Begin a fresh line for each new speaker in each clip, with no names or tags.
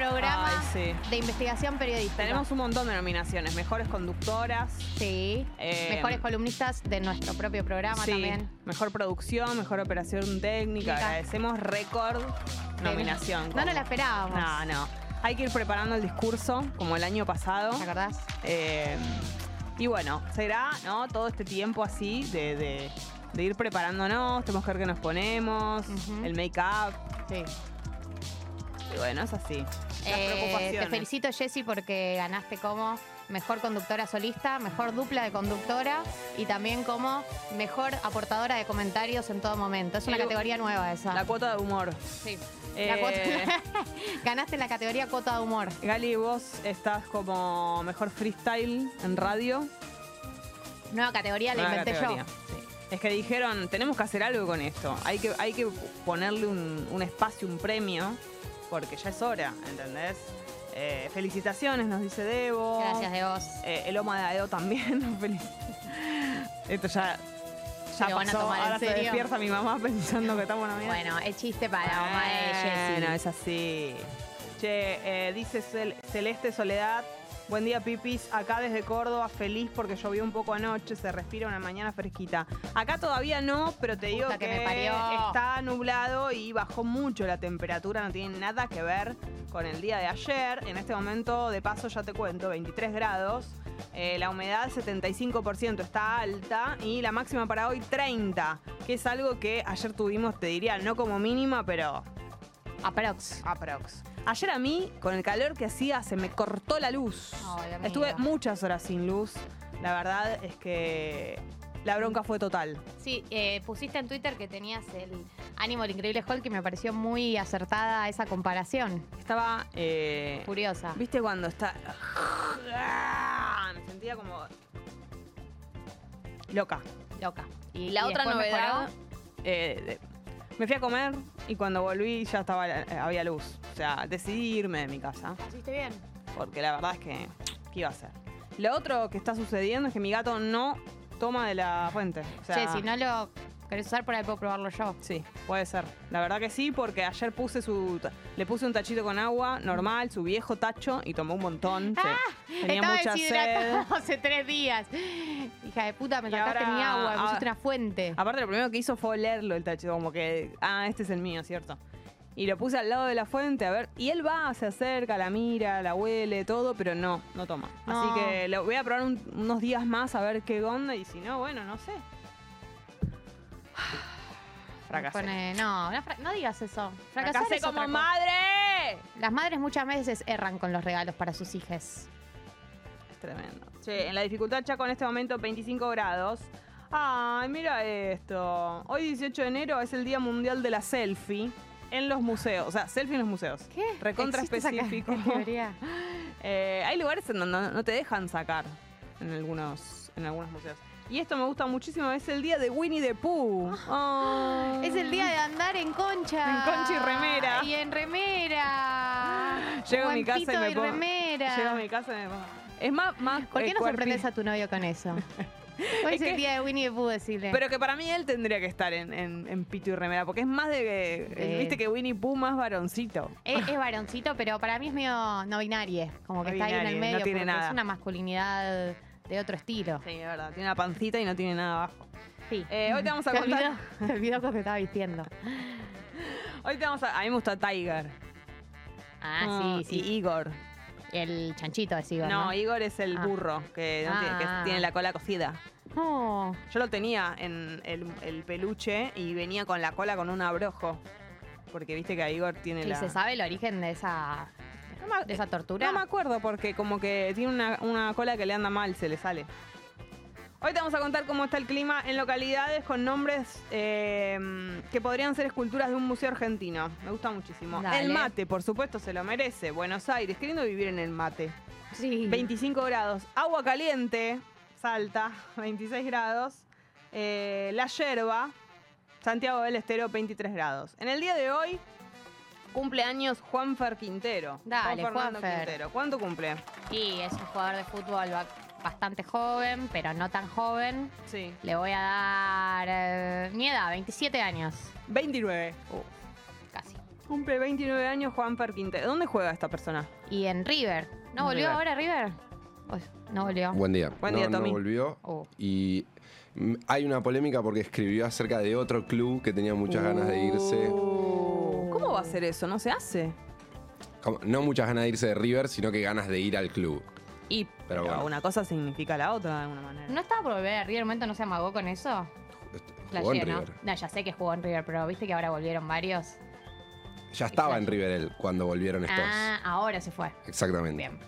programa
Ay,
de investigación periodística.
Tenemos un montón de nominaciones. Mejores conductoras.
Sí.
Eh,
Mejores columnistas de nuestro propio programa
sí,
también.
Mejor producción, mejor operación técnica.
Técnica.
Agradecemos récord nominación.
No
como-
nos la esperábamos.
No, no. Hay que ir preparando el discurso, como el año pasado.
¿Te acordás?
Eh, y bueno, será, ¿no? Todo este tiempo así de, de- de ir preparándonos, tenemos que ver qué nos ponemos,
Ujú.
el make-up.
Sí.
Y bueno, es así. Las
Eh,
preocupaciones.
te felicito, Jessy, porque ganaste como mejor conductora solista, mejor dupla de conductora y también como mejor aportadora de comentarios en todo momento. Es una
El-
categoría nueva esa.
Eh, La cuota de humor.
sí.
Eh,
La cuota- ganaste en la categoría cuota de humor.
Gali, vos estás como mejor freestyle en radio.
Nueva categoría, la
Nueva
inventé
categoría.
yo.
Sí. Es que dijeron, tenemos que hacer algo con esto. Hay que, hay que ponerle un, un espacio, un premio, porque ya es hora, ¿entendés? Eh, felicitaciones, nos dice Debo.
Gracias de vos.
Eh, el Oma de Adeo también. nos felici- Esto ya, ya
Lo van a
pasó.
tomar en
Ahora se
serio.
despierta mi mamá pensando que estamos en Navidad.
Bueno, el chiste para la mamá de Jessy.
Bueno, es así. Che, eh, dice Cel- Celeste Soledad. Buen día, Pipis. Acá desde Córdoba, feliz porque llovió un poco anoche, se respira una mañana fresquita. Acá todavía no, pero te digo
Puta
que,
que me parió.
está nublado y bajó mucho la temperatura, no tiene nada que ver con el día de ayer. En este momento, de paso, ya te cuento, 23 grados. Eh, la humedad 75% está alta y la máxima para hoy 30, que es algo que ayer tuvimos, te diría, no como mínima, pero
Aprox.
aprox. Ayer a mí, con el calor que hacía, se me cortó la luz.
Ay, amiga.
Estuve muchas horas sin luz. La verdad es que la bronca fue total.
Sí, eh, pusiste en Twitter que tenías el ánimo del increíble Hulk y me pareció muy acertada esa comparación.
Estaba... eh,
Curiosa.
¿Viste cuando está...? Me sentía como... Loca.
Loca.
Y la otra
después
novedad.
mejoró.
Eh, de- me fui a comer y cuando volví ya estaba la- eh, había luz. O sea, decidí irme de mi casa.
¿Hiciste bien?
Porque la verdad es que... ¿Qué iba a hacer? Lo otro que está sucediendo es que mi gato no toma de la fuente. O sea,
Che, si no lo querés usar, por ahí puedo probarlo yo.
Sí, puede ser. La verdad que sí, porque ayer puse su, ta- le puse un tachito con agua normal, su viejo tacho, y tomó un montón. se- tenía
Ah, Estaba
mucha
deshidratado
sed.
hace tres días. Hija de puta, me
Y
sacaste
ahora- Ah,
mi agua, me
ahora-
pusiste una fuente.
Aparte, lo primero que hizo fue olerlo el tachito, como que, ah, este es el mío, ¿cierto? Y lo puse al lado de la fuente, a ver, y él va, se acerca, la mira, la huele, todo, pero no, no toma.
No.
Así que lo voy a probar un- unos días más a ver qué onda, y si no, bueno, no sé.
Ah, Me
Fracasé.
pone- no, no, fra- no digas eso. Fracasar
Fracasé
es otra
como
cosa.
madre.
Las madres muchas veces erran con los regalos para sus hijas.
Es tremendo. Che, en la dificultad Chaco en este momento 25 grados. Ay, mira esto. Hoy 18 de enero es el Día Mundial de la Selfie en los museos. O sea, selfie en los museos.
¿Qué?
Recontra
¿Existe esa
específico.
categoría?
Eh, hay lugares en donde no te dejan sacar en algunos, en algunos museos. Y esto me gusta muchísimo, es el día de Winnie the Pooh. Ay.
Ah. Es el día de andar en concha.
En concha y remera.
Y en remera.
Llego a mi casa y
Guantito
me pongo-
remera.
Llego a mi casa y me pongo- Es más, más
¿Por
eh,
qué no
cuerpi-
sorprendes a tu novio con eso? Hoy
Es
es, el
que-
día de Winnie the Pooh, decirle.
Pero que para mí él tendría que estar en, en- en pito y remera, porque es más de.
De-
Viste que Winnie Pooh más varoncito.
es, es varoncito, pero para mí es medio no binario. Como que
No
está ahí en
binario,
el
no
medio.
tiene
porque
nada.
Es una masculinidad de otro estilo.
Sí, es verdad. Tiene una pancita y no tiene nada abajo.
Sí.
Eh, hoy te vamos a
Se
contar-
olvidó- Se olvidó con lo que estaba vistiendo.
Hoy te vamos a. A mí me gusta Tiger.
Ah, sí, sí.
Y Igor.
El chanchito es Igor,
no,
¿no?
Igor es el
Ah.
burro, que, no tiene, que
Ah.
tiene la cola cocida.
Oh,
Yo lo tenía en el, el peluche y venía con la cola con un abrojo. Porque viste que a Igor tiene
¿Y
la.
se sabe el origen de esa,
No me-
de esa tortura?
No me acuerdo porque como que tiene una, una cola que le anda mal, se le sale. Hoy te vamos a contar cómo está el clima en localidades con nombres eh, que podrían ser esculturas de un museo argentino. Me gusta muchísimo.
Dale.
El mate, por supuesto, se lo merece. Buenos Aires, queriendo vivir en el mate.
sí.
25 grados. Agua caliente, Salta, 26 grados. Eh, la yerba, Santiago del Estero, 23 grados. En el día de hoy, cumpleaños Juanfer Quintero.
Dale,
Juan Fernando
Juanfer.
Quintero. ¿Cuánto cumple?
Y es un jugador de fútbol ba- bastante joven, pero no tan joven.
Sí.
Le voy a dar eh, mi edad, 27 años.
29.
Uh, casi.
Cumple 29 años Juan Quintero. ¿Dónde juega esta persona?
Y en River. ¿No volvió
River.
ahora River? Uy, no volvió.
Buen día.
Buen
no,
día,
no
Tommy.
volvió.
Oh.
Y mm, hay una polémica porque escribió acerca de otro club que tenía muchas ganas de irse.
Uh, ¿Cómo va a ser eso? ¿No se hace?
Como- No muchas ganas de irse de River, sino que ganas de ir al club.
Y pero
bueno.
una cosa significa la otra de alguna manera.
¿No estaba por volver a River? ¿En un momento no se amagó con eso?
Jugó en
Flashé, ¿no?
River.
No, ya sé que jugó en River, pero viste que ahora volvieron varios.
Ya estaba en
Flashe.
River él cuando volvieron estos.
Ah, ahora se fue.
Exactamente.
Bien.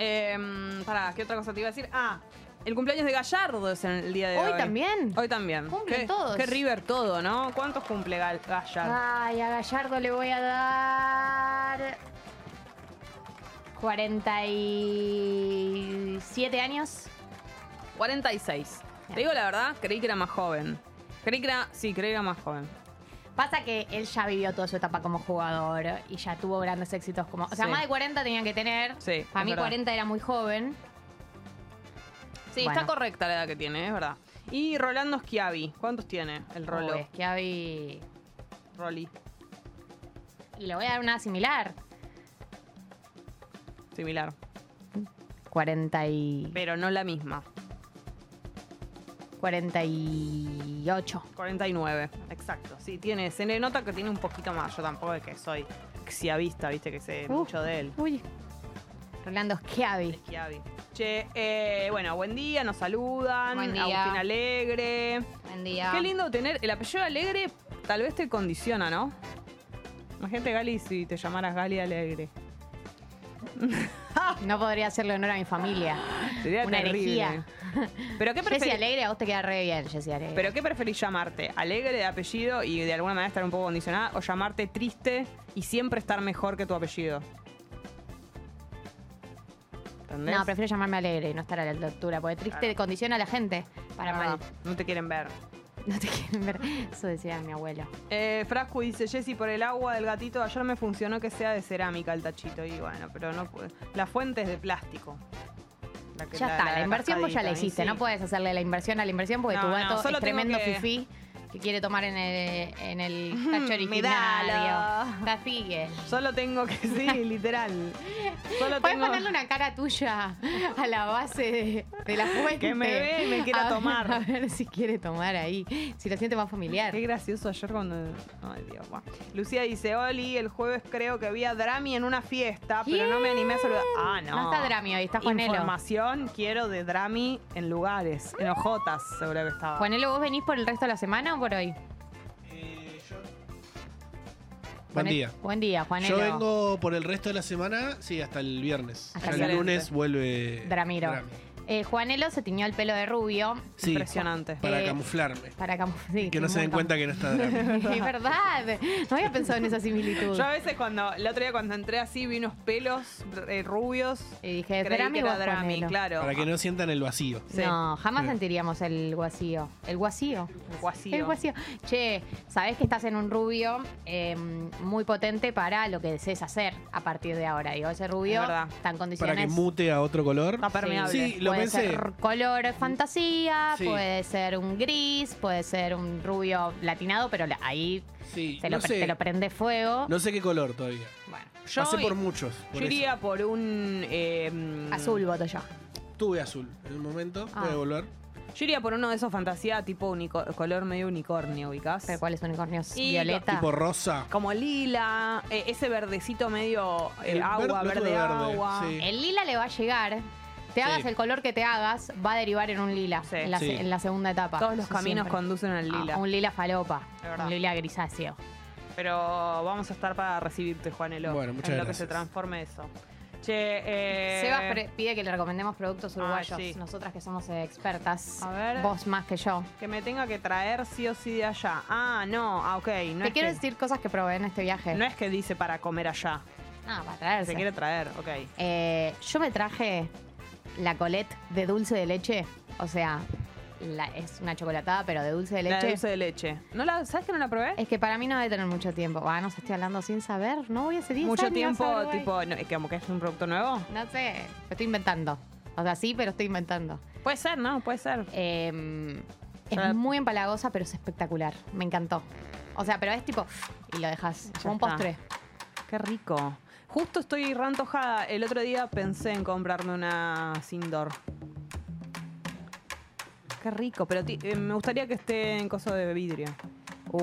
Eh, pará, ¿qué otra cosa te iba a decir? Ah, el cumpleaños de Gallardo es en el día de hoy.
¿Hoy también?
Hoy también.
Cumplen
qué,
todos.
Qué River todo, ¿no? ¿Cuántos cumple Gal- Gallardo?
Ay, a Gallardo le voy a dar 47 años.
46. Te digo la verdad, creí que era más joven. Creí que era. Sí, creí que era más joven.
Pasa que él ya vivió toda su etapa como jugador y ya tuvo grandes éxitos como... O sea,
Sí.
más de 40 tenían que tener.
Sí,
Para
es
mí
verdad.
40 era muy joven.
Sí,
Bueno.
está correcta la edad que tiene, es verdad. Y Rolando Schiavi, ¿cuántos tiene el Rolo?
Uy, es que hay...
Rolly.
Y le voy a dar una similar.
Similar.
40 y...
Pero no la misma.
48.
49. Exacto. Sí, tiene. Se le nota que tiene un poquito más. Yo tampoco es que soy xiavista, viste, que sé
Uh.
mucho de él.
Uy. Rolando Schiavi.
Schiavi. Che, eh, bueno, buen día, nos saludan.
Buen día.
Agustín Alegre.
Buen día.
Qué lindo tener. El apellido Alegre tal vez te condiciona, ¿no? Imagínate, Gali, si te llamaras Gali Alegre.
No podría hacerle honor a mi familia.
Sería
Una
terrible.
herejía.
Pero qué
Jessy
preferís.
Alegre, a vos te queda re bien, Jessy Alegre.
¿Pero qué preferís llamarte? ¿Alegre de apellido y de alguna manera estar un poco condicionada? ¿O llamarte triste y siempre estar mejor que tu apellido? ¿Entendés?
no, prefiero llamarme Alegre y no estar a la altura, porque triste
Claro.
condiciona a la gente para
Ah,
mal.
No te quieren ver.
No te quieren ver. Eso decía mi abuelo.
Eh, Frascu dice, Jessy, por el agua del gatito ayer me funcionó que sea de cerámica el tachito. Y bueno, pero no puede. La fuente es de plástico. La que-
Ya está, la,
de
inversión vos ya la
cascadita, y
hiciste.
sí.
No puedes hacerle la inversión a la inversión porque
No,
tu
no,
gato
solo
es tremendo
tengo que-
fifí que quiere tomar en el, en el tacho
Mm, Me
originario.
da la-
Así que...
Solo tengo que, sí, literal. Solo
Puedes
tengo
ponerle una cara tuya a la base de, de la fuente.
Que me ve y me quiera
A ver-
tomar.
A ver si quiere tomar ahí. Si lo siente más familiar.
Qué gracioso ayer cuando. Ay, Dios, va. Lucía dice: Oli, el jueves creo que vi a Drami en una fiesta, pero no me animé a saludar. Ah, no.
No está Drami hoy, está Juanelo.
Información quiero de Drami en lugares, en Ojotas, seguro que estaba.
Juanelo, ¿vos venís por el resto de la semana o por hoy?
Buen
Juane-
día.
Buen día, Juanelo.
Yo vengo por el resto de la semana, sí, hasta el viernes.
Hasta
Ya
el
el
viernes.
lunes vuelve.
Dramiro.
Drami.
Eh, Juanelo se tiñó el pelo de rubio
Sí,
Impresionante.
para
Eh,
camuflarme.
para cam- sí,
Que no
sí,
se den
muy
cuenta que no está Drami.
cam- Es verdad. No había pensado en esa similitud.
Yo a veces cuando, el otro día cuando entré así, vi unos pelos eh, rubios.
Y dije,
creí
Drami
que
o
era Drami,
Juanelo.
claro.
Para que no sientan el vacío.
Sí.
No, jamás
Sí.
sentiríamos el guasío. El guasío.
Un guasío.
El vacío. Che, sabés que estás en un rubio eh, muy potente para lo que desees hacer a partir de ahora. Digo, ese rubio
Es verdad.
está en
Para
condiciones.
que mute a otro color.
Está permeable.
Sí, lo
puede
pensé.
ser color eh, fantasía,
Sí.
puede ser un gris, puede ser un rubio latinado, pero la- ahí
Sí,
te,
no
lo, pre-
sé.
te lo prende fuego.
No sé qué color todavía.
Bueno,
Yo,
Pasé por muchos.
yo
por eso.
iría por un. eh,
azul voto yo.
Tuve azul en un momento.
Ah.
Voy a volver.
Yo iría por uno de esos fantasía tipo unico- color medio unicornio, ubicás.
Pero ¿cuáles unicornios?
Y
Violeta.
Tipo rosa.
Como lila, eh, ese verdecito medio eh,
El
agua,
verde-
verde,
lo tuve verde,
agua.
sí.
El lila le va a llegar. Te hagas el color que te hagas, va a derivar en un lila
Sí.
en, la, se-
Sí.
en la segunda etapa.
Todos los
Eso
caminos
siempre.
conducen al lila.
A un lila falopa.
Es verdad.
Un lila grisáceo.
Pero vamos a estar para recibirte, Juanelo.
Bueno, muchas
en lo que
gracias.
se transforme eso. Che, eh,
Sebas pre- pide que le recomendemos productos
Ah,
uruguayos.
sí.
Nosotras que somos eh, expertas.
A ver.
Vos más que yo.
que me tenga que traer sí o sí de allá. Ah, no, ah, ok. No
Te
es
quiero
que,
decir cosas que probé en este viaje.
No es que dice para comer allá.
Ah, para
Se
traerse.
quiere traer, ok.
Eh, yo me traje la colette de dulce de leche. O sea, la- es una chocolatada, pero de dulce de
La
leche.
de dulce de leche. ¿No la, ¿Sabes que no la probé?
Es que para mí no debe tener mucho tiempo. Ah, no se estoy hablando sin saber. No voy a seguir.
Mucho tiempo, tipo, no, como que es un producto nuevo.
No sé. Lo estoy inventando. O sea, sí, pero estoy inventando.
Puede ser, ¿no? Puede ser.
Eh, es
Ya-
muy empalagosa, pero es espectacular. Me encantó. O sea, pero es tipo. Y lo dejas
Ya
como un
está.
postre.
Qué rico. Justo estoy rantojada. El otro día pensé en comprarme una Sindor. Qué rico, pero ti- eh, me gustaría que esté en coso de vidrio.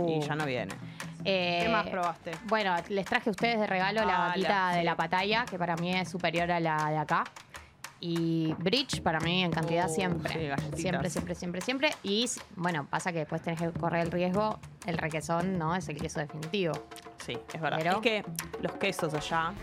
Y ya no viene.
Uh. Eh,
¿Qué más probaste?
Bueno, les traje a ustedes de regalo la
Ah,
vaquita
la-
de
sí.
la pataya, que para mí es superior a la de acá. Y bridge para mí en cantidad
Oh,
siempre.
sí, galletitas.
siempre, siempre, siempre, siempre. Y s- bueno, pasa que después tenés que correr el riesgo. El requesón no es el queso definitivo.
Sí, es verdad.
Pero-
Es que los quesos allá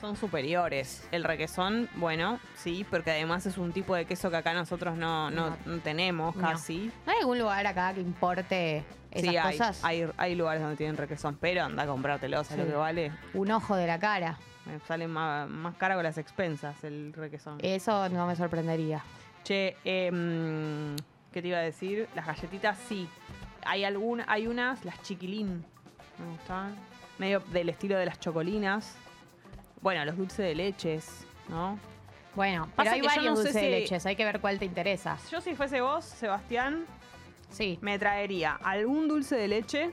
son superiores. El requesón, bueno, sí, porque además es un tipo de queso que acá nosotros no, no-
No.
no tenemos
No.
casi.
¿No hay algún lugar acá que importe esas
sí, hay,
cosas?
hay, hay lugares donde tienen requesón, pero anda a comprártelo, ¿sabes
Sí.
lo que vale?
Un ojo de la cara.
Me sale más, más caro con las expensas el requesón.
Eso no me sorprendería.
Che, em, ¿qué te iba a decir? Las galletitas sí. Hay, algún, hay unas, las chiquilín. Me gustaban. Medio del estilo de las chocolinas. Bueno, los dulces de leches, ¿no?
Bueno,
Pasa
pero hay
que yo
varios
no sé
dulces de
si-
leches, hay que ver cuál te interesa.
Yo si fuese vos, Sebastián,
Sí.
me traería algún dulce de leche.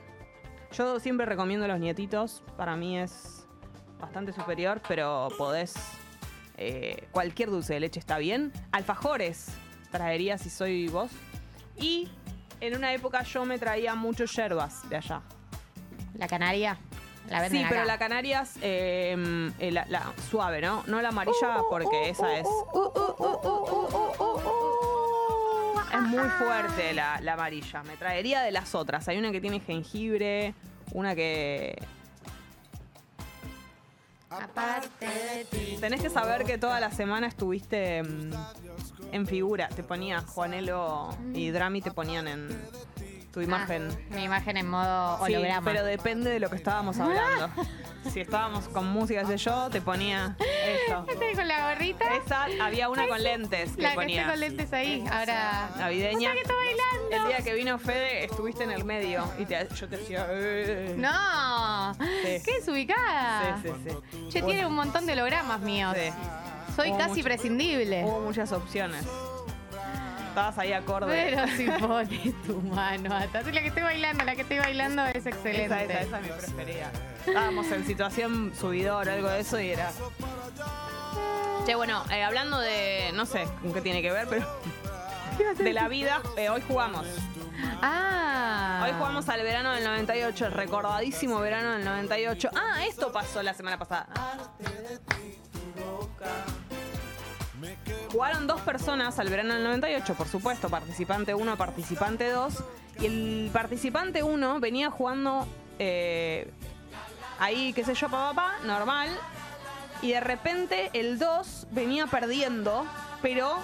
Yo siempre recomiendo los nietitos. Para mí es bastante superior, pero podés... eh, cualquier dulce de leche está bien. Alfajores traería si soy vos. Y en una época yo me traía muchos yerbas de allá.
La canaria. La venden
sí, pero
acá.
la Canarias eh, eh, la, la suave, ¿no? No la amarilla porque esa es...
Oh,
Es muy
Ah.
fuerte la, la amarilla. Me traería de las otras. Hay una que tiene jengibre, una que...
Aparte de ti.
Tenés que saber que toda la semana estuviste mm, en figura. Te ponías Juanelo y Drami, te ponían en tu imagen.
Ah, mi imagen en modo
Sí,
holograma.
pero depende de lo que estábamos hablando. si estábamos con música, qué sé yo, te ponía esto.
Estoy con la gorrita,
Esa, había una con lentes que
la que
ponía.
estoy con lentes ahí. Ahora.
Navideña.
que estoy bailando.
El día que vino Fede, estuviste en el medio y te- yo te decía. "Eh".
¡No!
Sí.
¡Qué desubicada!
Sí, sí, sí.
Che, tiene un montón de hologramas míos.
Sí.
Soy
Hubo
casi
mucho-
prescindible.
Hubo muchas opciones. Estabas ahí acorde.
Pero si pones tu mano atrás. La que estoy bailando, la que estoy bailando es excelente.
Esa, esa, esa es mi preferida. Estábamos en situación subidor, algo de eso, y era. Che, bueno, eh, hablando de. No sé con qué tiene que ver, pero. De la vida, eh, hoy jugamos.
Ah.
Hoy jugamos al verano del 98, el recordadísimo verano del 98. Ah, esto pasó la semana pasada. Jugaron dos personas al verano del 98, por supuesto, participante 1, participante 2. Y el participante 1 venía jugando eh, ahí, qué sé yo, papá, papá, normal. Y de repente el 2 venía perdiendo, pero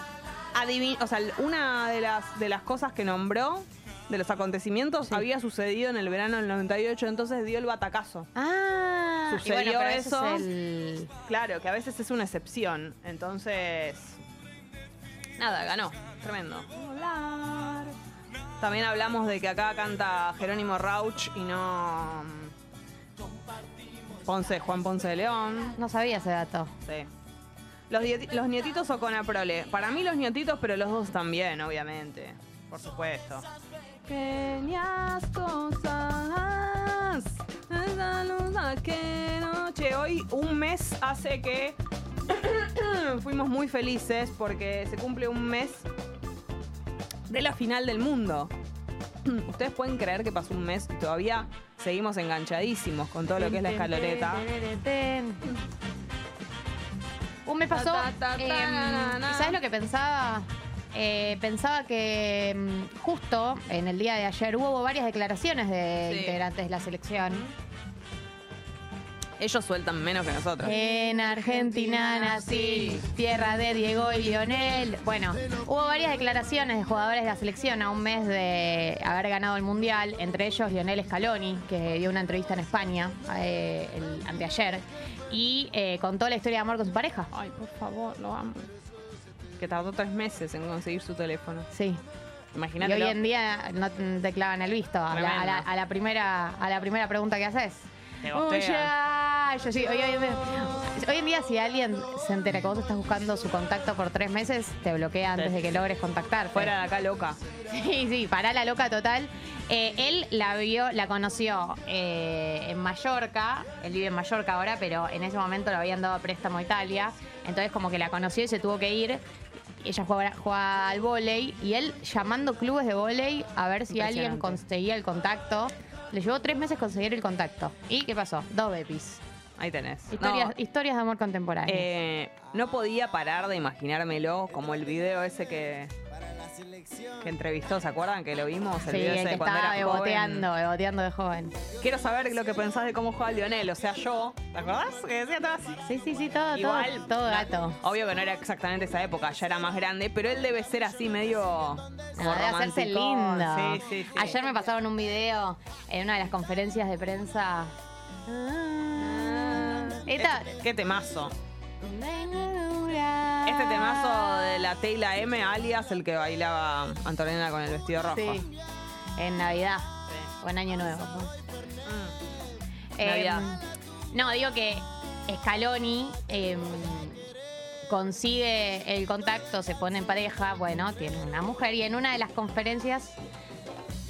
adivi- o sea, una de las, de las cosas que nombró, de los acontecimientos, había sucedido en el verano del 98, entonces dio el batacazo.
Ah. y
Sucedió
bueno, pero ese
eso.
es el-
Claro, que a veces es una excepción, entonces... Nada, ganó. Tremendo. También hablamos de que acá canta Jerónimo Rauch y no... mm, Ponce, Juan Ponce de León.
No sabía ese dato.
Sí. Los, dieti- los nietitos o con aprole. Para mí los nietitos, pero los dos también, obviamente. Por supuesto. Pequeñas cosas. Esa luz a que noche. Hoy un mes hace que fuimos muy felices porque se cumple un mes de la final del mundo. Ustedes pueden creer que pasó un mes y todavía seguimos enganchadísimos con todo lo que es la escaloneta.
Un Uh, me pasó.
Ta, ta, ta,
eh,
na, na, na.
¿y ¿Sabes lo que pensaba? Eh, pensaba que mm, justo en el día de ayer hubo varias declaraciones de
Sí.
integrantes de la selección.
Ellos sueltan menos que nosotros.
En Argentina nací, tierra de Diego y Lionel. Bueno, hubo varias declaraciones de jugadores de la selección a un mes de haber ganado el Mundial, entre ellos Lionel Scaloni, que dio una entrevista en España eh, el- anteayer, y eh, contó la historia de amor con su pareja.
Ay, por favor, lo amo. Que tardó tres meses en conseguir su teléfono.
Sí. Y
Imagínate.
hoy en día no te clavan el visto a la, a la-
Tremendo.
a la primera, a la primera pregunta que haces.
Te gostean.
ya fallo. sí, hoy, hoy en- hoy en día, si alguien se entera que vos estás buscando su contacto por tres meses, te bloquea antes
Sí.
de que logres contactar.
Fuera de acá, loca.
Sí, sí, para la loca total. Eh, él la vio, la conoció eh, en Mallorca, él vive en Mallorca ahora, pero en ese momento lo habían dado a préstamo a Italia, entonces como que la conoció y se tuvo que ir. Ella jugaba, jugaba al vóley y él llamando clubes de vóley a ver si alguien
Impresionante.
conseguía el contacto. Le llevó tres meses conseguir el contacto. ¿Y qué pasó? Dos bebis.
Ahí tenés. No,
Historias, historias de amor contemporáneo.
eh, no podía parar de imaginármelo como el video ese que, que entrevistó. ¿Se acuerdan que lo vimos? El
sí,
video
el
ese
que
de cuando
estaba
era joven.
beboteando, beboteando de joven.
Quiero saber lo que pensás de cómo juega Lionel. O sea, yo. ¿Te acordás? Que decía todo así.
Sí, sí, sí, todo,
Igual,
todo, todo
no,
gato.
Obvio que no era exactamente esa época, ya era más grande, pero él debe ser así medio. como
Ah, debe hacerse
romanticón.
lindo.
Sí, sí, sí.
Ayer me pasaron un video en una de las conferencias de prensa.
Ah.
Esta.
Este Qué temazo. Este temazo de la Tela M, alias el que bailaba Antonella con el vestido rojo.
Sí. En Navidad. O en Año Nuevo.
Mm.
Em,
Navidad.
no, digo que Scaloni em, consigue el contacto, se pone en pareja, bueno, tiene una mujer y en una de las conferencias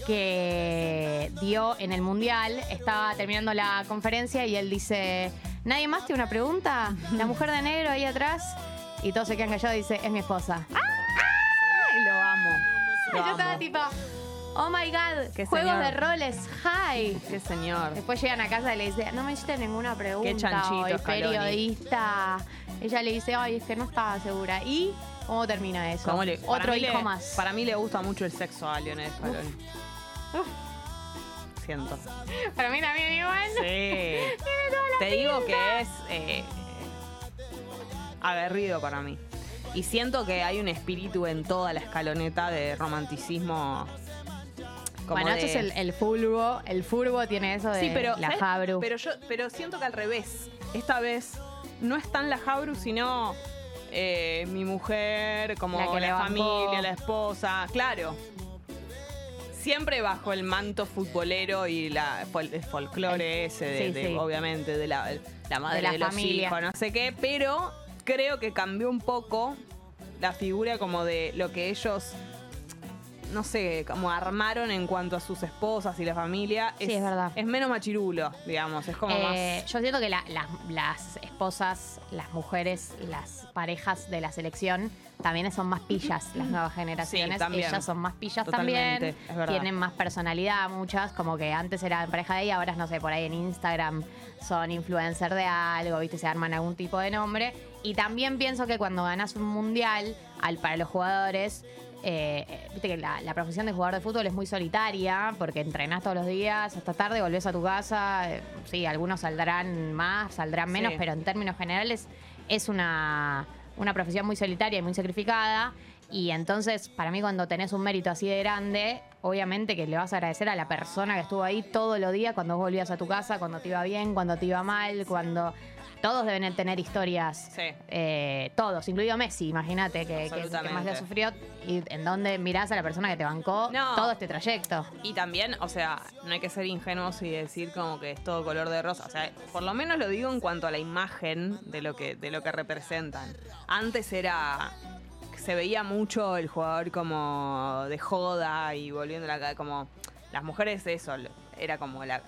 que dio en el Mundial, estaba terminando la conferencia y él dice, ¿nadie más tiene una pregunta? La mujer de negro ahí atrás y todos se quedan callados y dice, es mi esposa. ¡Ah!
Ay, lo amo.
Y
Lo
yo
amo.
estaba tipo, oh my god,
Qué
juegos
señor.
de roles, hi.
Qué señor.
Después llegan a casa y le dicen, no me hiciste ninguna pregunta.
Qué chanchito,
o el
Scaloni.
periodista. Ella le dice, ay, es que no estaba segura. ¿Y cómo termina eso?
¿Cómo le- para
Otro
mí
hijo
le-
más.
Para mí le gusta mucho el sexo a Lionel Scaloni. Siento.
Para mí también igual.
Sí. Te digo que es eh, aguerrido para mí. Y siento que hay un espíritu en toda la escaloneta de romanticismo. Como
bueno, eso
de-
es el, el furbo. El furbo tiene eso de
Sí, pero,
la
¿sabes?
Fabru.
Pero, yo, pero siento que al revés. Esta vez no es tan la Jabru, sino eh, mi mujer, como
La
la,
que le bancó.
familia, la esposa. Claro. Siempre bajo el manto futbolero y la, fol- el folclore ese, de,
sí,
de-
sí.
obviamente, de la, la madre
De
de,
la
los
familia.
hijos, no sé qué. Pero creo que cambió un poco la figura como de lo que ellos no sé, como armaron en cuanto a sus esposas y la familia.
Sí, es verdad.
Es menos machirulo, digamos. Es como
Eh,
más.
Yo siento que la- las- las esposas, las mujeres, las parejas de la selección también son más pillas, las nuevas generaciones.
también.
Ellas son más pillas
Totalmente,
también.
es verdad.
Tienen más personalidad, muchas, como que antes eran pareja de ella, ahora no sé, por ahí en Instagram son influencer de algo, viste, se arman algún tipo de nombre. Y también pienso que cuando ganas un mundial, al, para los jugadores, eh, eh, viste que la, la profesión de jugador de fútbol es muy solitaria, porque entrenás todos los días, hasta tarde, volvés a tu casa. eh, sí, algunos saldrán más, saldrán menos,
Sí.
pero en términos generales es una, una profesión muy solitaria y muy sacrificada. Y entonces, para mí, cuando tenés un mérito así de grande, obviamente que le vas a agradecer a la persona que estuvo ahí todos los días, cuando vos volvías a tu casa, cuando te iba bien, cuando te iba mal, cuando. Todos deben tener historias
Sí.
eh, todos, incluido Messi, imagínate, que, que- que más la
Absolutamente.
sufrió. Y en dónde mirás a la persona que te bancó
No.
todo este trayecto.
Y también, o sea, no hay que ser ingenuos y decir como que es todo color de rosa. O sea, por lo menos lo digo en cuanto a la imagen de lo que, de lo que representan. Antes era. Se veía mucho el jugador como de joda y volviendo la ca- como. Las mujeres eso, lo- era como la.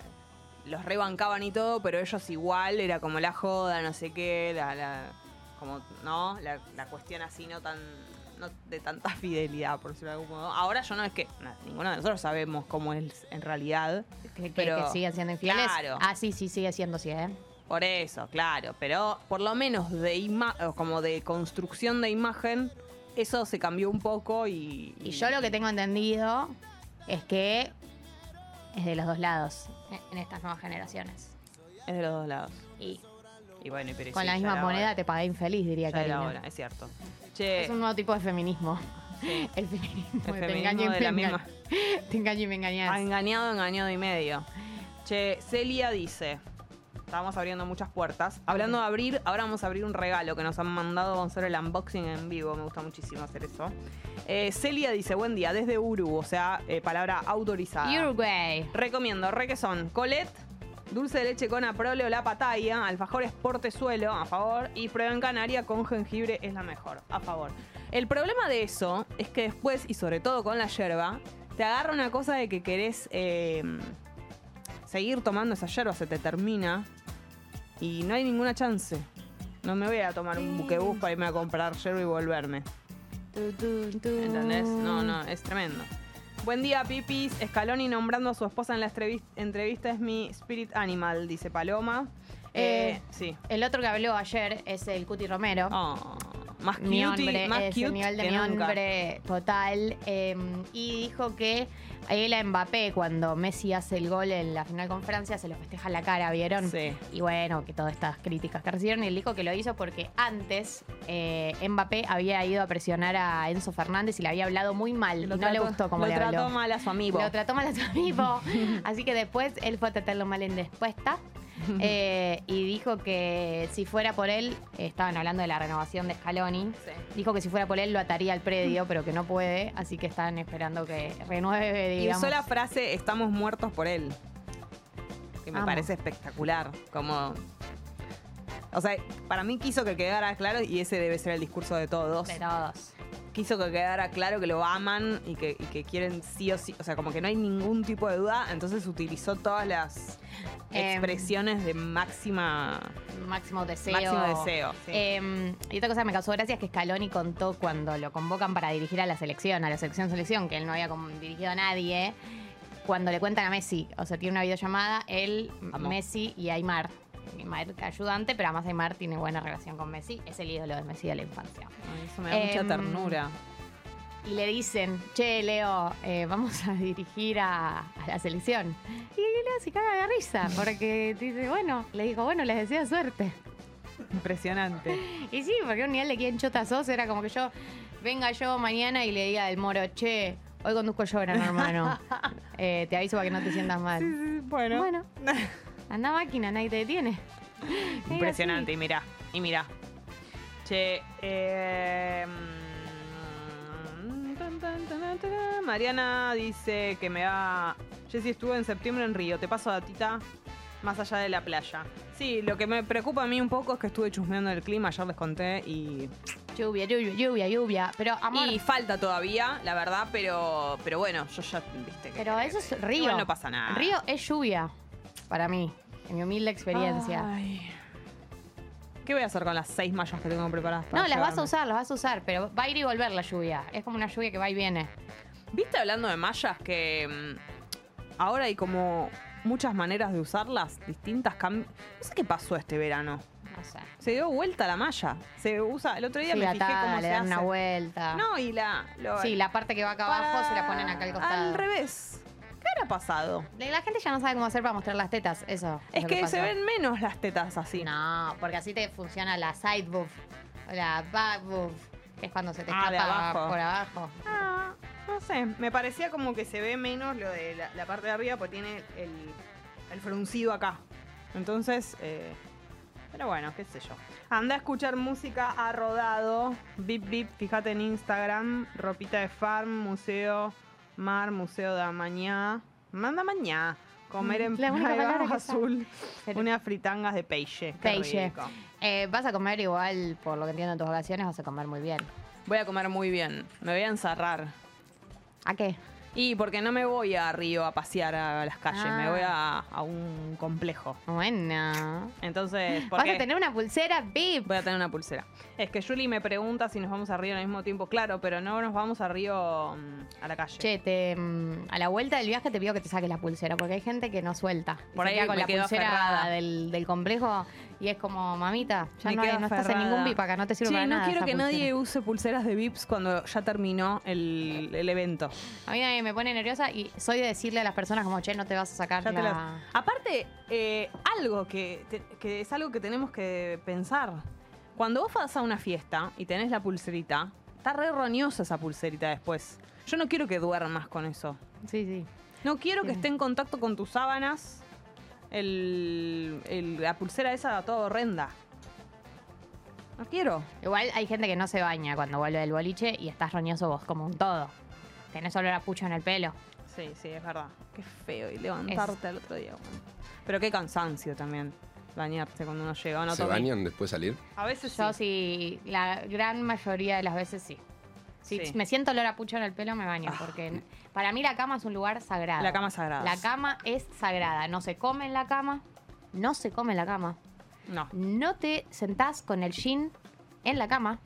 Los rebancaban y todo, pero ellos igual, era como la joda, no sé qué, la, la- como, ¿no? La, la cuestión así no tan no de tanta fidelidad, por decirlo de algún modo. Ahora yo no es que na- ninguno de nosotros sabemos cómo es en realidad.
Que, que-
Pero-
que siguen siendo infieles.
Claro.
Ah, sí, sí, sigue siendo, sí, ¿eh?
Por eso, claro, pero por lo menos de ima o como de construcción de imagen, eso se cambió un poco y...
Y yo lo que tengo entendido es que es de los dos lados eh, en estas nuevas generaciones.
Es de los dos lados.
Y
Y bueno, y pero
con
sí,
la
ya
misma
era
moneda
hora.
te pagué infeliz, diría
Ya era
Karina.
hora, es cierto. Che,
Es un nuevo tipo de feminismo. El feminismo,
El
de te
feminismo
engaño y
de
me
la
engaño.
misma.
Te engaño y me engañas.
Ah, engañado, engañado y medio. Che, Celia dice. Estábamos abriendo muchas puertas. Hablando de abrir, ahora vamos a abrir un regalo que nos han mandado. Vamos a hacer el unboxing en vivo. Me gusta muchísimo hacer eso. Eh, Celia dice, buen día, desde Uru, o sea, eh, palabra autorizada.
Uruguay.
Recomiendo, re que son Colette, Dulce de leche con aprole o la pataya, alfajores portezuelo, a favor, y prueba en Canaria con jengibre es la mejor, a favor. El problema de eso es que después, y sobre todo con la yerba, te agarra una cosa de que querés eh, seguir tomando esa yerba, se te termina, y no hay ninguna chance. No me voy a ir a tomar un buquebús para irme a comprar yerba y volverme. ¿Entendés? No,
Mm.
no, es tremendo. Buen día, Pipis. Scaloni nombrando a su esposa en la estrevis- entrevista es mi spirit animal, dice Paloma. Eh,
Eh.
sí.
El otro que habló ayer es el Cuti Romero.
Oh, más
mi
cute,
hombre,
más
es
cute
el nivel de
que
mi
nunca.
hombre total. eh, y dijo que a él a Mbappé, cuando Messi hace el gol en la final con Francia, se lo festeja en la cara, ¿vieron?
Sí.
Y bueno, que todas estas críticas que recibieron. Y él dijo que lo hizo porque antes eh, Mbappé había ido a presionar a Enzo Fernández y le había hablado muy mal.
Lo
y no le
trató-
gustó como
lo
le habló.
trató mal a su amigo.
Lo trató mal a su amigo. Así que después él fue a tratarlo mal en respuesta. Eh, y dijo que si fuera por él, estaban hablando de la renovación de Scaloni.
Sí.
Dijo que si fuera por él lo ataría al predio, pero que no puede, así que están esperando que renueve,
Y
digamos.
usó la frase estamos muertos por él. Que me
Amo.
parece espectacular. Como. O sea, para mí quiso que quedara claro, y ese debe ser el discurso de todos.
De todos.
quiso que quedara claro que lo aman y que, y que quieren sí o sí. O sea, como que no hay ningún tipo de duda. Entonces utilizó todas las
Em.
expresiones de máxima.
Máximo deseo.
Máximo deseo, sí.
Eh, y otra cosa que me causó gracia es que Scaloni contó cuando lo convocan para dirigir a la selección, a la selección selección, que él no había como dirigido a nadie. Cuando le cuentan a Messi, o sea, tiene una videollamada, él,
Amo.
Messi y Aymar. Aymar ayudante, pero además Aymar tiene buena relación con Messi, es el ídolo de Messi de la infancia.
Ay, Eso me da mucha
Em.
ternura.
y le dicen, che, Leo, eh, vamos a dirigir a, a la selección. Y Leo se caga de risa, porque dice, bueno, le dijo, bueno, les deseo suerte.
Impresionante.
Y sí, porque un nivel de quién chota sos era como que yo venga yo mañana y le diga al moro, che, hoy conduzco yo, verano hermano. Eh, te aviso para que no te sientas mal.
Bueno.
Bueno, anda máquina, nadie te detiene.
Impresionante. Y mirá, y mirá. Che, eh, mm, tan, tan, tan, tan, tan. Mariana dice que me va. Jessy estuvo en septiembre en Río. Te paso datita más allá de la playa. Sí, lo que me preocupa a mí un poco es que estuve chusmeando el clima, ayer les conté y.
Lluvia, lluvia, lluvia, lluvia. Pero amor,
Y falta todavía, la verdad, pero. Pero bueno, yo ya viste que.
pero eso es río.
Igual no pasa nada.
Río es lluvia, para mí, en mi humilde experiencia.
Ay. ¿Qué voy a hacer con las seis mallas que tengo preparadas? para
No, las vas a
llevarme?
usar, las vas a usar, pero va a ir y volver la lluvia. Es como una lluvia que va y viene.
¿Viste hablando de mallas que mm, ahora hay como muchas maneras de usarlas, distintas cam- No sé qué pasó este verano.
No sé.
Se dio vuelta la malla. Se usa. El otro día
Sí,
me fijé
atada,
cómo
le
se
dan
hace.
una vuelta.
No, y la. lo-
Sí, la parte que va acá abajo
para-
se la ponen acá al costado.
Al revés. ¿Qué habrá pasado?
La- La gente ya no sabe cómo hacer para mostrar las tetas, eso.
Es
lo
que se
pasó.
ven menos las tetas así.
No, porque así te funciona la side boob, o la back boob, que es cuando se te
Ah,
escapa
de abajo.
por abajo.
Ah, no sé. Me parecía como que se ve menos lo de la, la parte de arriba porque tiene el, el fruncido acá. Entonces, eh, pero bueno, qué sé yo. Anda a escuchar música a rodado. Bip, bip. Fíjate en Instagram. Ropita de Farm, Museo Mar, Museo de Mañá. Manda Mañá. Comer en
Mm, La única
Playa
palabra que sabe.
azul.
Pero-
Unas fritangas de peixe. Qué
Peixe.
rico.
Eh, vas a comer igual, por lo que entiendo en tus vacaciones, vas a comer muy bien.
Voy a comer muy bien. Me voy a encerrar.
¿A qué?
Y porque no me voy a Río a pasear a las calles,
Ah.
me voy a, a un complejo.
Bueno.
Entonces, ¿por
Vas
qué?
a tener una pulsera VIP.
voy a tener una pulsera. Es que Julie me pregunta si nos vamos a Río al mismo tiempo. Claro, pero no nos vamos a Río mm, a la calle.
Che, te, mm, a la vuelta del viaje te pido que te saques la pulsera, porque hay gente que no suelta. Y
Por
se
ahí
queda con
me
la
quedo
pulsera
aferrada.
del, del complejo y es como, mamita, ya
Me
no,
quedo
no estás en
aferrada.
ningún VIP acá, no te sirve
Che,
para
no
nada.
quiero
esa
que
pulsera.
nadie use pulseras de VIPs cuando ya terminó el, el evento.
A mí nadie me pone nerviosa y soy de decirle a las personas como, che, no te vas a sacar
Ya te
la...
las- Aparte, eh, algo que, te- que es algo que tenemos que pensar. Cuando vos vas a una fiesta y tenés la pulserita, está re roñosa esa pulserita después. Yo no quiero que duermas con eso.
Sí, sí.
No quiero que
Sí.
esté en contacto con tus sábanas el, el- la pulsera esa toda horrenda. No quiero.
Igual hay gente que no se baña cuando vuelve del boliche y estás roñoso vos como un todo. Tenés olor a pucho en el pelo.
Sí, sí, es verdad. Qué feo. Y levantarte al otro día. bueno. Pero qué cansancio también bañarse cuando uno llega. ¿o no,
¿Se
Tommy?
bañan después de salir?
A veces
Yo
sí.
sí, la gran mayoría de las veces sí. Si
Sí. Ah.
me siento olor a pucho en el pelo, me baño, porque n- para mí la cama es un lugar sagrado.
La cama es sagrada.
La cama es sagrada. No se come en la cama, no se come en la cama.
No,
No te sentás con el jean en la cama.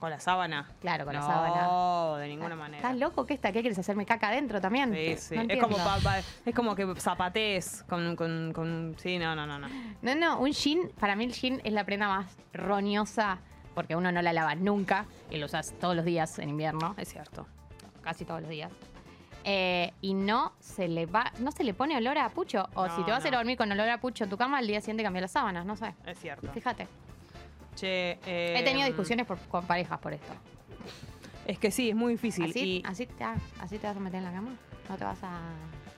con la sábana.
Claro, con la
no,
sábana.
de ninguna manera.
¿Estás loco que está? ¿Qué quieres hacerme caca adentro también?
Sí, sí.
No
es, como
entiendo.
pa- pa- es como que zapatees con, con, con- Sí, no, no, no. no.
No, no, un jean, para mí el jean es la prenda más roñosa porque uno no la lava nunca y lo usas todos los días en invierno,
Es cierto.
casi todos los días. Eh, y no se le va, no se le pone olor a pucho. O
No,
si te vas a ir
no.
a dormir con olor a pucho en tu cama, al día siguiente cambiar las sábanas, no sé.
Es cierto.
Fíjate.
Che, eh,
He tenido discusiones por- con parejas por esto.
Es que sí, es muy difícil.
Así,
y
así, te, así te vas a meter en la cama. No te vas a,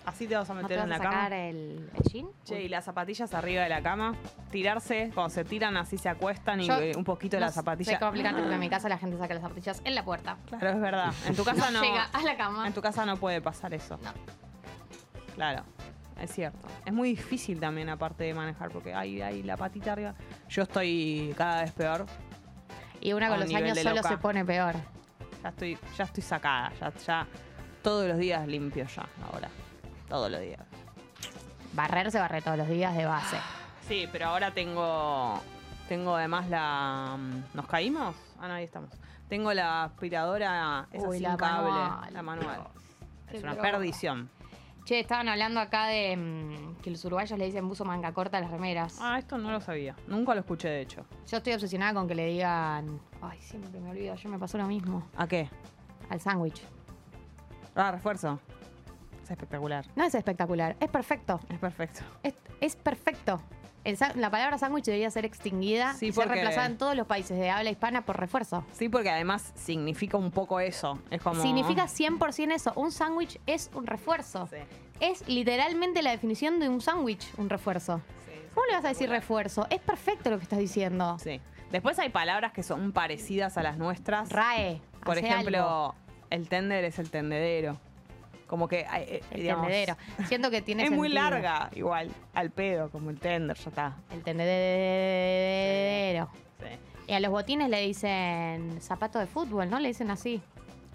así te vas a
no
meter
te vas
en
a
la
sacar
cama.
el, el jean.
Che,
Uy.
y las zapatillas arriba de la cama. Tirarse, cuando se tiran así se acuestan y
Yo
eh, un poquito de
no
la zapatilla.
Sé cómo explicarte, porque en mi casa la gente saca las zapatillas en la puerta.
Claro, es verdad. En tu casa no.
Llega a la cama.
En tu casa Ah. no puede pasar eso.
No.
Claro, es cierto. Es muy difícil también, aparte de manejar, porque hay, hay la patita arriba. Yo estoy cada vez peor.
Y una
a
con
un
los
nivel
años
de
solo
loca.
se pone peor.
Ya estoy, ya estoy sacada. Ya, ya todos los días limpio ya, ahora. Todos los días.
Barrer se barre todos los días de base.
Sí, pero ahora tengo. Tengo además la. ¿Nos caímos? Ah, no, ahí estamos. Tengo la aspiradora esa
Uy,
sin
la
cable,
manual.
la manual.
Qué
Es una
bronca.
perdición.
Che, estaban hablando acá de mm, que los uruguayos le dicen buzo manga corta a las remeras.
Ah, esto no lo sabía. Nunca lo escuché, de hecho.
Yo estoy obsesionada con que le digan. Ay, siempre me olvido, yo me pasó lo mismo.
¿A qué?
Al sándwich.
Ah, refuerzo. Es espectacular.
No es espectacular, es perfecto.
Es perfecto.
Es, es perfecto. El sa- la palabra sándwich debería ser extinguida
Sí,
y ser
porque-
reemplazada en todos los países de habla hispana por refuerzo.
Sí, porque además significa un poco eso. Es como.
Significa 100% eso. Un sándwich es un refuerzo.
Sí,
Es literalmente la definición de un sándwich, un refuerzo.
sí, es
¿Cómo le vas a decir
espectacular.
refuerzo? Es perfecto lo que estás diciendo.
Sí. Después hay palabras que son parecidas a las nuestras.
RAE.
Por
hace
ejemplo,
algo.
el tender es el tendedero. Como que. ay, eh,
el
digamos,
tendedero. Siento que
Es
tiene
muy
sentido.
larga, igual. Al pedo, como el tender, ya está.
El tendedero.
Sí.
Y a los botines le dicen zapato de fútbol, ¿no? Le dicen así.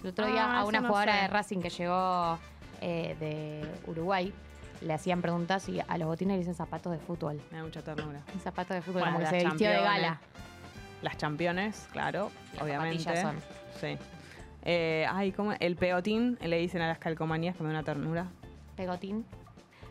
El otro día
Ah,
a
eso
una
no
jugadora
sé.
de Racing que llegó eh, de Uruguay le hacían preguntas y a los botines le dicen zapatos de fútbol.
Me da mucha ternura.
Un zapato de fútbol,
Bueno,
como que
las
se vistió de
championes,
gala.
Las championes, claro,
Las
obviamente.
zapatillas son.
Sí. Eh, ay, ¿cómo? El peotín le dicen a las calcomanías que me da una ternura.
Pegotín.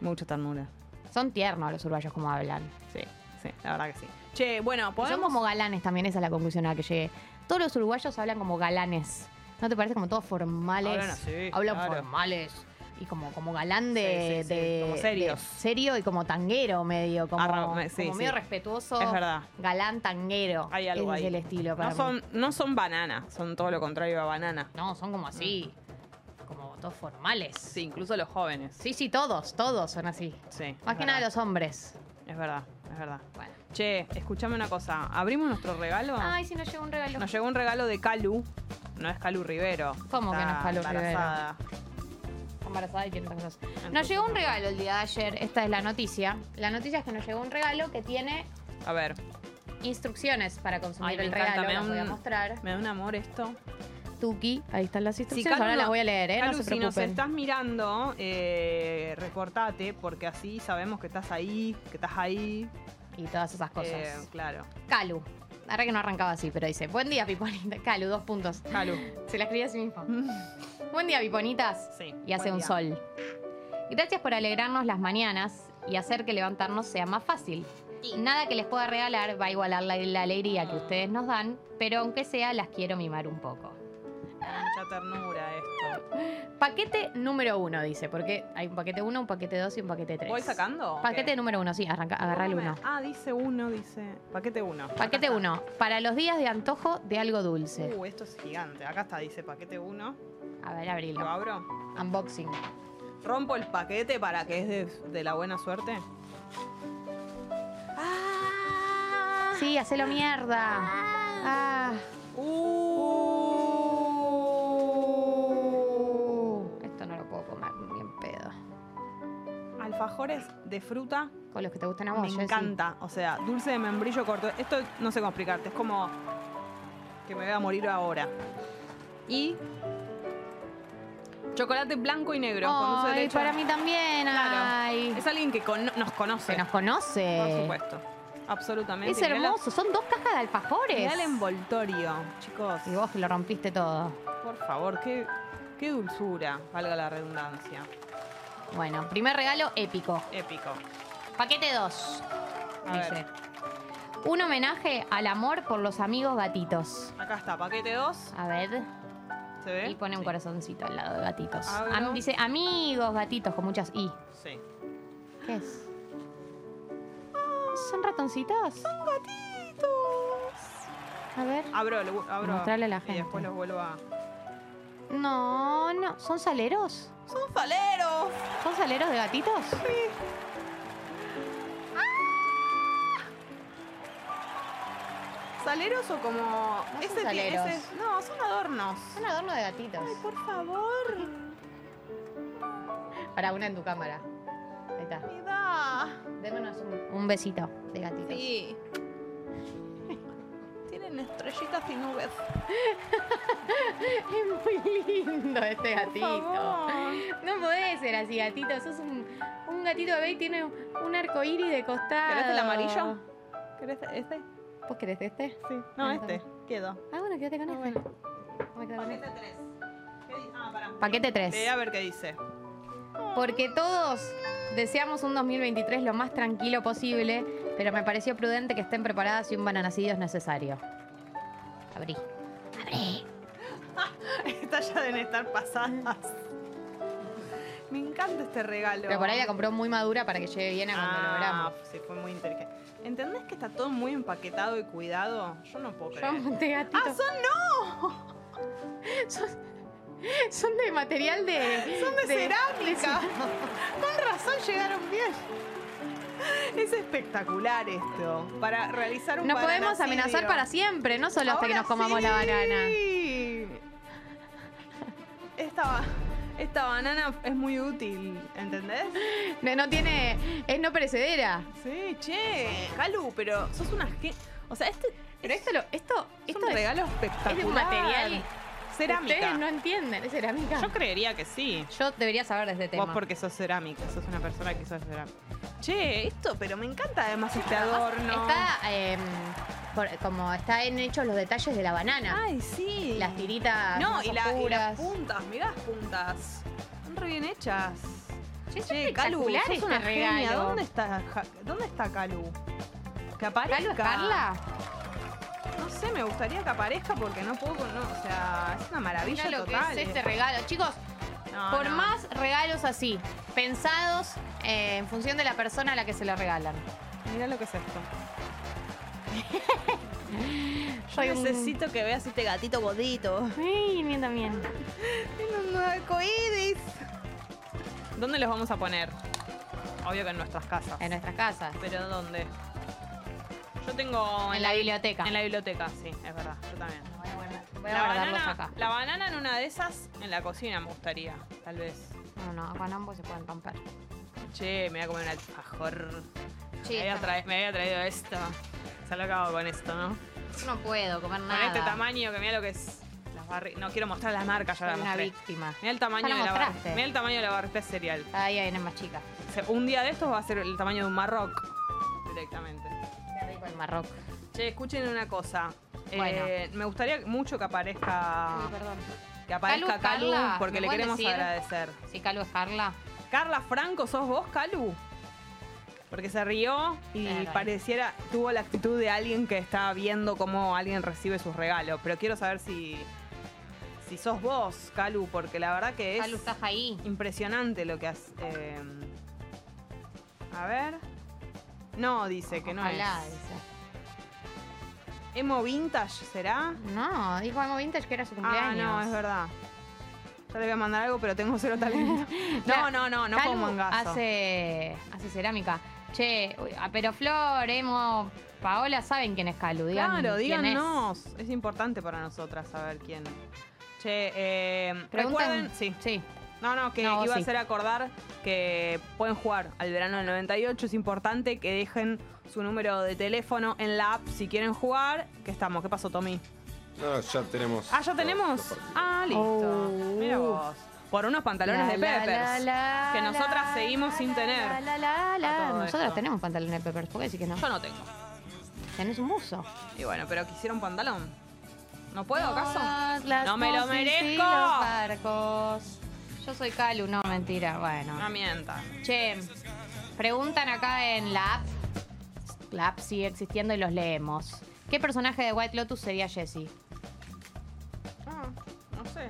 Mucha ternura.
Son tiernos los uruguayos como hablan.
Sí, sí, la verdad que sí. Che, bueno,
Y Son
podemos.
como galanes también, esa es la conclusión a la que llegué. Todos los uruguayos hablan como galanes. ¿No te parece como todos formales?
Hablan así,
Hablan
claro.
formales. Y como, como galán
Sí, sí,
de,
sí,
de-
como serios.
de serio y como tanguero medio, como,
Arra- me- sí,
como
sí.
medio respetuoso.
Es verdad.
Galán tanguero.
Hay algo
Ese
ahí.
es el estilo
no
para mí.
son, no son banana, son todo lo contrario a banana.
No, son como así. Como todos formales.
Mm. Sí, incluso los jóvenes.
Sí, sí, todos, todos son así.
Sí.
Más
es
que
verdad.
nada los hombres.
Es verdad, es verdad.
Bueno.
Che, escúchame una cosa. ¿Abrimos nuestro regalo?
Ay, si nos llegó un regalo.
Nos llegó un regalo de Calu. No es Calu Rivero.
¿Cómo que
Está
no es Calu
embarazada.
embarazada y quiero esas cosas. Nos llegó un regalo el día de ayer, esta es la noticia. La noticia es que nos llegó un regalo que tiene
A ver,
instrucciones para consumir
Ay, me
el
encanta,
regalo.
me
Las
da
voy a
un-
mostrar.
me da un amor esto.
Tuki, ahí están las
Si
instrucciones.
Calu
Ahora
no-
las voy a leer, ¿eh?
Calu,
no se
si nos
preocupen.
estás mirando, eh, recortate, porque así sabemos que estás ahí, que estás ahí.
Y todas esas cosas.
Eh, claro.
Calu. Ahora que no arrancaba así, pero dice, buen día, Piponita. Calu, dos puntos.
Calu.
Se la escribí a sí mismo. buen día, Piponitas.
Sí,
Y hace
buen
un
día.
sol. Gracias por alegrarnos las mañanas y hacer que levantarnos sea más fácil. Nada que les pueda regalar va a igualar la, la alegría que ustedes nos dan, pero aunque sea, las quiero mimar un poco.
Mucha ternura este. esto.
Paquete número uno, dice, porque hay un paquete uno, un paquete dos y un paquete tres.
¿Voy sacando? o
Paquete
qué?
número uno, sí, arranca, agarra el uno.
Ah, dice uno, dice. Paquete uno.
Paquete
Acá
uno, para los días de antojo de algo
está.
dulce.
Uh, esto es gigante. Acá está, dice paquete uno.
A ver,
Lo
abrilo.
abro.
Unboxing.
Rompo el paquete para que es de, de la buena suerte. ¡Ah!
Sí, hacelo mierda. Ah,
¡Uh! Uh.
esto no lo puedo comer, ni en pedo.
alfajores de fruta
Con los que te gustan a vos,
me
Jessy.
encanta. O sea, dulce de membrillo corto. Esto no sé cómo explicarte, es como que me voy a morir ahora. Y chocolate blanco y negro. con dulce de
Ay,
leche.
para mí también.
Claro.
Ay.
Es alguien que cono- nos conoce.
Se nos conoce.
Por supuesto. Absolutamente.
Es
Y mirá la-
hermoso. Son dos cajas de alfajores.
mirá el envoltorio, chicos.
Y vos que lo rompiste todo.
Por favor, qué, qué dulzura, valga la redundancia.
Bueno, primer regalo épico.
Épico.
Paquete 2.
A ver.
Un homenaje al amor por los amigos gatitos.
Acá está, paquete 2.
A ver.
¿Se ve?
Y pone un
¿Eh? Sí.
corazoncito al lado de gatitos.
Abro.
Am- dice amigos gatitos con muchas i.
Sí.
¿Qué es?
Ah.
¿Son ratoncitos? Son gatitos. A ver.
Abro, lo- abro.
Mostrale a la
Y
gente.
después los vuelvo a.
No, no. ¿Son saleros?
¡Son faleros!
¿Son saleros de gatitos?
¿Saleros o como.?
son
ti-
saleros.
No, son adornos.
Son adornos de gatitos.
Ay, por favor.
Para una en tu cámara. Ahí está.
Mi da.
Démonos un, un besito de gatitos.
Sí. Tienen estrellitas y nubes.
Es muy lindo este
Por
gatito.
favor.
No podés ser así, gatito. Sos un, un gatito bebé y tiene un arco iris de costado.
¿Querés el amarillo? ¿Querés este?
¿Vos querés este?
Sí. No,
Ah,
este. Quedo.
Ah, bueno, quédate con
Ah,
este.
bueno.
Me quedo con este.
tres. ¿Qué dice? Ah, pará.
Paquete
Leí
3.
a ver qué dice.
Porque todos deseamos un 2023 lo más tranquilo posible, pero me pareció prudente que estén preparadas y un bananacidio es necesario. Abrí. Abrí.
Estas ya deben estar pasadas. Me encanta este regalo.
Pero por ahí la compró muy madura para que llegue bien a cuando lo
Ah,
abramos.
sí, fue muy inteligente. ¿Entendés que está todo muy empaquetado y cuidado? Yo no puedo
Yo
creer.
monté gatitos.
¡Ah, son no!
Son de material de.
¡Son de cerámica! Con razón llegaron bien. Es espectacular esto. Para realizar un
No podemos
bananacidio.
amenazar para siempre, no solo hasta que
Ahora
nos comamos la
sí.
banana.
Esta, ba- esta banana es muy útil, ¿entendés?
No, no tiene. Es no perecedera.
Sí, che. Calu, pero sos una gen- O sea, este
Pero esto, lo, esto,
es
esto
un
es-
regalo
es
espectacular.
de un material.
Cerámica.
Ustedes no entienden, es cerámica.
Yo creería que sí.
Yo debería saber de este tema.
Vos porque sos cerámica, sos una persona que sos cerámica. Che, esto, pero me encanta además este adorno.
Está eh, por- como está en hechos los detalles de la banana.
Ay, sí.
Las tiritas.
No,
más
y, la- y las
oscuras.
puntas, mirá las puntas. Están re bien hechas.
Che, es
Calu,
espectacular
sos una
este
genia.
regalo.
¿Dónde está, Ja- ¿Dónde está Calu? Que aparezca.
¿Calo es Carla?
No sé, me gustaría que aparezca porque no puedo, no, o sea, es una maravilla
Mirá lo
total.
que es este regalo. Chicos,
No,
por
no.
más regalos así, pensados eh, en función de la persona a la que se lo regalan.
Mirá lo que es esto.
Soy un-
que veas este gatito godito.
Ay, bien también.
Tiene un arcoíris. ¿Dónde los vamos a poner? Obvio que en nuestras casas.
En nuestras casas.
¿Pero dónde? Yo tengo
En la biblioteca.
En la biblioteca, sí, es verdad. Yo también.
Voy a guardar- voy a
La
guardarlos
banana,
acá.
la banana en una de esas, en la cocina me gustaría, tal vez.
No, no, con ambos se pueden romper.
Che, me voy a comer un alfajor.
Sí,
me, había
está-
trae- me había traído esto. Se lo acabo con esto, ¿no?
yo no puedo comer nada.
Con este tamaño que mira lo que es. Las barri- No quiero mostrar las marcas, ya
Soy
las
una
mostré.
víctima.
Mira el tamaño
Ya la
de la barra.
mostraste.
Mira el tamaño de la barrita de cereal.
Cada día vienen más chicas.
O sea, un día de estos va a ser el tamaño de un marroc directamente.
Qué rico el Marroc.
Che, escuchen una cosa. Eh,
Bueno.
me gustaría mucho que aparezca
perdón.
que aparezca
Calu,
Calu,
Carla, ¿me
porque le
pueden
queremos
decir?
agradecer.
Si Calvo es Carla.
Carla Franco, ¿sos vos, Calu? Porque se rió y
Claro.
pareciera, tuvo la actitud de alguien que está viendo cómo alguien recibe sus regalos. Pero quiero saber si, si sos vos, Calu, porque la verdad que es
Calvo, estás ahí.
impresionante lo que has. eh, a ver. No, dice que no
Ojalá,
es.
dice.
¿Emo Vintage será?
No, dijo Emo Vintage que era su cumpleaños.
Ah, no, es verdad. Yo le voy a mandar algo, pero tengo cero talento.
Claro,
no, no, no, no
Calvo
como mangazo.
hace, hace cerámica. Che, uy, ah, pero Flor, Emo, Paola saben quién es Calu. Digan
Claro,
quién es.
díganos. Es. importante para nosotras saber quién. Che, eh,
Preguntan-
recuerden, sí,
Sí.
No, no, que
No, vos
iba
sí.
a ser acordar que pueden jugar al verano del 98. Es importante que dejen su número de teléfono en la app si quieren jugar. ¿Qué estamos? ¿Qué pasó, Tommy?
No, ya tenemos.
Ah, ¿ya tenemos? Ah, listo.
Oh.
Mira vos. Por unos pantalones de
La, la,
Peppers.
la, la,
que nosotras
la,
seguimos
la,
sin
la,
tener.
la, la, la.
A todo
Nosotras
esto.
tenemos pantalones de Peppers. ¿Por qué decís que no?
Yo no tengo.
Tenés un buzo.
Y bueno, pero quisiera un pantalón. ¿No puedo, acaso?
Todas las
¡No me lo
cosas y
merezco!
los barcos. Yo soy Calu, no, mentira. Bueno.
No mienta.
Che, preguntan acá en la app. La app sigue existiendo y los leemos. ¿Qué personaje de White Lotus sería Jessie?
Ah, no sé.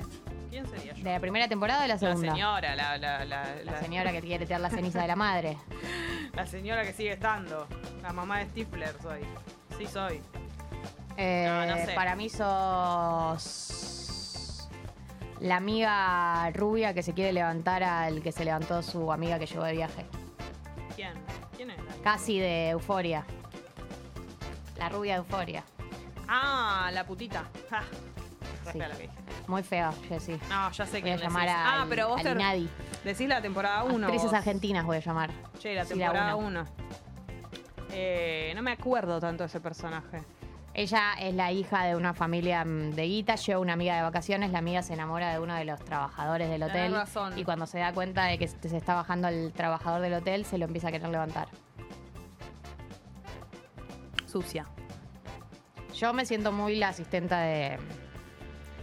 ¿Quién sería yo?
¿De la primera temporada o de la
La
segunda?
señora, la, la, la,
La señora que quiere tirar la ceniza de la madre.
la señora que sigue estando. La mamá de Stifler soy. Sí soy.
Eh,
No, no sé.
Para mí sos la amiga rubia que se quiere levantar al que se levantó su amiga que llegó de viaje.
¿Quién? ¿Quién era?
Casi de euforia. La rubia de euforia.
Ah, la putita. Ja. Re
Sí.
fea lo que dije.
Muy fea, Jessie.
No, ya sé
Voy a
quién
llamar
decís.
a
Ah, pero vos te
Nadie.
decís la temporada 1.
Actrices argentinas voy a llamar.
Che, la
Sí, la
temporada
uno.
1. Eh, no me acuerdo tanto de ese personaje.
Ella es la hija de una familia mm, de guita, lleva una amiga de vacaciones, la amiga se enamora de uno de los trabajadores del
Tenés
hotel
razón.
y cuando se da cuenta de que se se está bajando el trabajador del hotel, se lo empieza a querer levantar.
Sucia.
Yo me siento muy la asistenta de,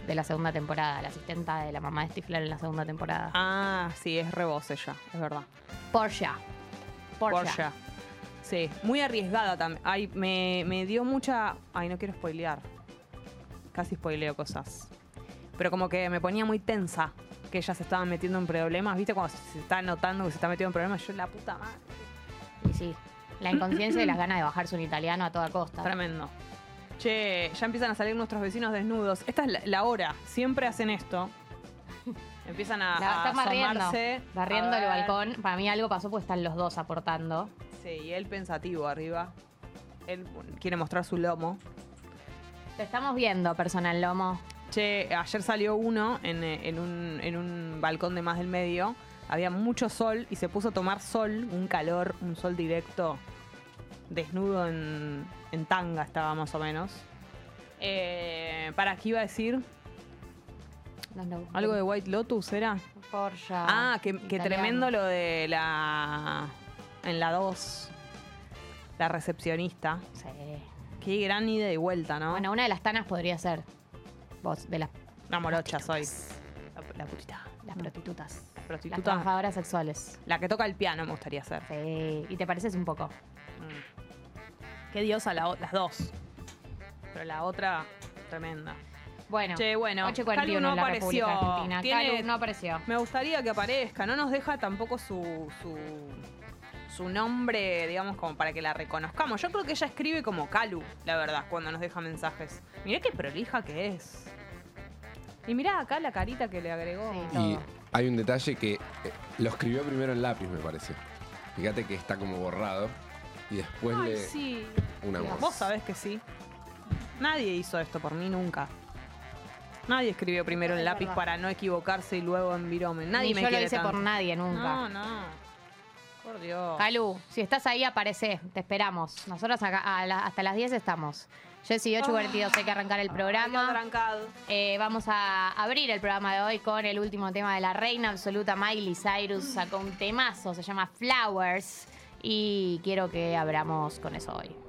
de la segunda temporada, la asistenta de la mamá de Stifler en la segunda temporada.
Ah, sí, es reboce ya, es verdad.
Porsche. Porsche.
Porsche. Sí, muy arriesgada también. Ay, me, me dio mucha. Ay, no quiero spoilear. Casi spoileo cosas. Pero como que me ponía muy tensa que ella se estaba metiendo en problemas. ¿Viste? Cuando se- se está notando que se está metiendo en problemas, yo la puta madre.
Y sí, la inconsciencia y las ganas de bajarse un italiano a toda costa.
Tremendo. Che, ya empiezan a salir nuestros vecinos desnudos. Esta es la, la hora. Siempre hacen esto. Empiezan a,
La-
a
están barriendo,
asomarse.
barriendo
A
el
ver.
balcón. Para mí algo pasó porque están los dos aportando.
Sí, y él pensativo arriba. Él quiere mostrar su lomo.
Te estamos viendo, personal lomo.
Che, ayer salió uno en, eh, en un, en un balcón de más del medio. Había mucho sol y se puso a tomar sol, un calor, un sol directo, desnudo en, en tanga estaba más o menos. Eh, ¿Para qué iba a decir?
No, no.
¿Algo de White Lotus era?
Porsche.
Ah, que, que
italiano.
tremendo lo de la... En la 2, la recepcionista.
Sí.
Qué gran ida y vuelta, ¿no?
Bueno, una de las tanas podría ser vos, de las,
Una morocha soy. La, la putita.
las prostitutas. Las
Mm. prostituta.
trabajadoras sexuales.
La que toca el piano me gustaría ser.
Sí. Y te pareces un poco.
Qué diosa la o- las dos. Pero la otra, tremenda.
Bueno,
Che, bueno,
8.41
Calu no
en la
apareció.
República Argentina.
Tiene-
Calu no apareció.
Me gustaría que aparezca. No nos deja tampoco su, su, su nombre, digamos, como para que la reconozcamos. Yo creo que ella escribe como Calu, la verdad, cuando nos deja mensajes. Mirá qué prolija que es. Y mirá acá la carita que le agregó.
Sí.
Y
Todo.
hay un detalle que eh, lo escribió primero en lápiz, me parece. Fíjate que está como borrado. Y después
Ay,
le.
sí.
Un amor.
Vos sabés que sí. Nadie hizo esto por mí nunca. Nadie escribió primero en
Es
lápiz
verdad.
para no equivocarse y luego en viromen. Nadie
Ni
me
yo lo
quiere
hice
tanto.
por nadie nunca.
No, no. Por Dios.
Calu, si estás ahí, aparece. Te esperamos. Nosotros acá, a la- hasta las 10 estamos. Jessy 842, hay que arrancar el programa.
Arrancado.
Eh, vamos a abrir el programa de hoy con el último tema de la reina absoluta. Miley Cyrus sacó un temazo, se llama Flowers. Y quiero que abramos con eso hoy.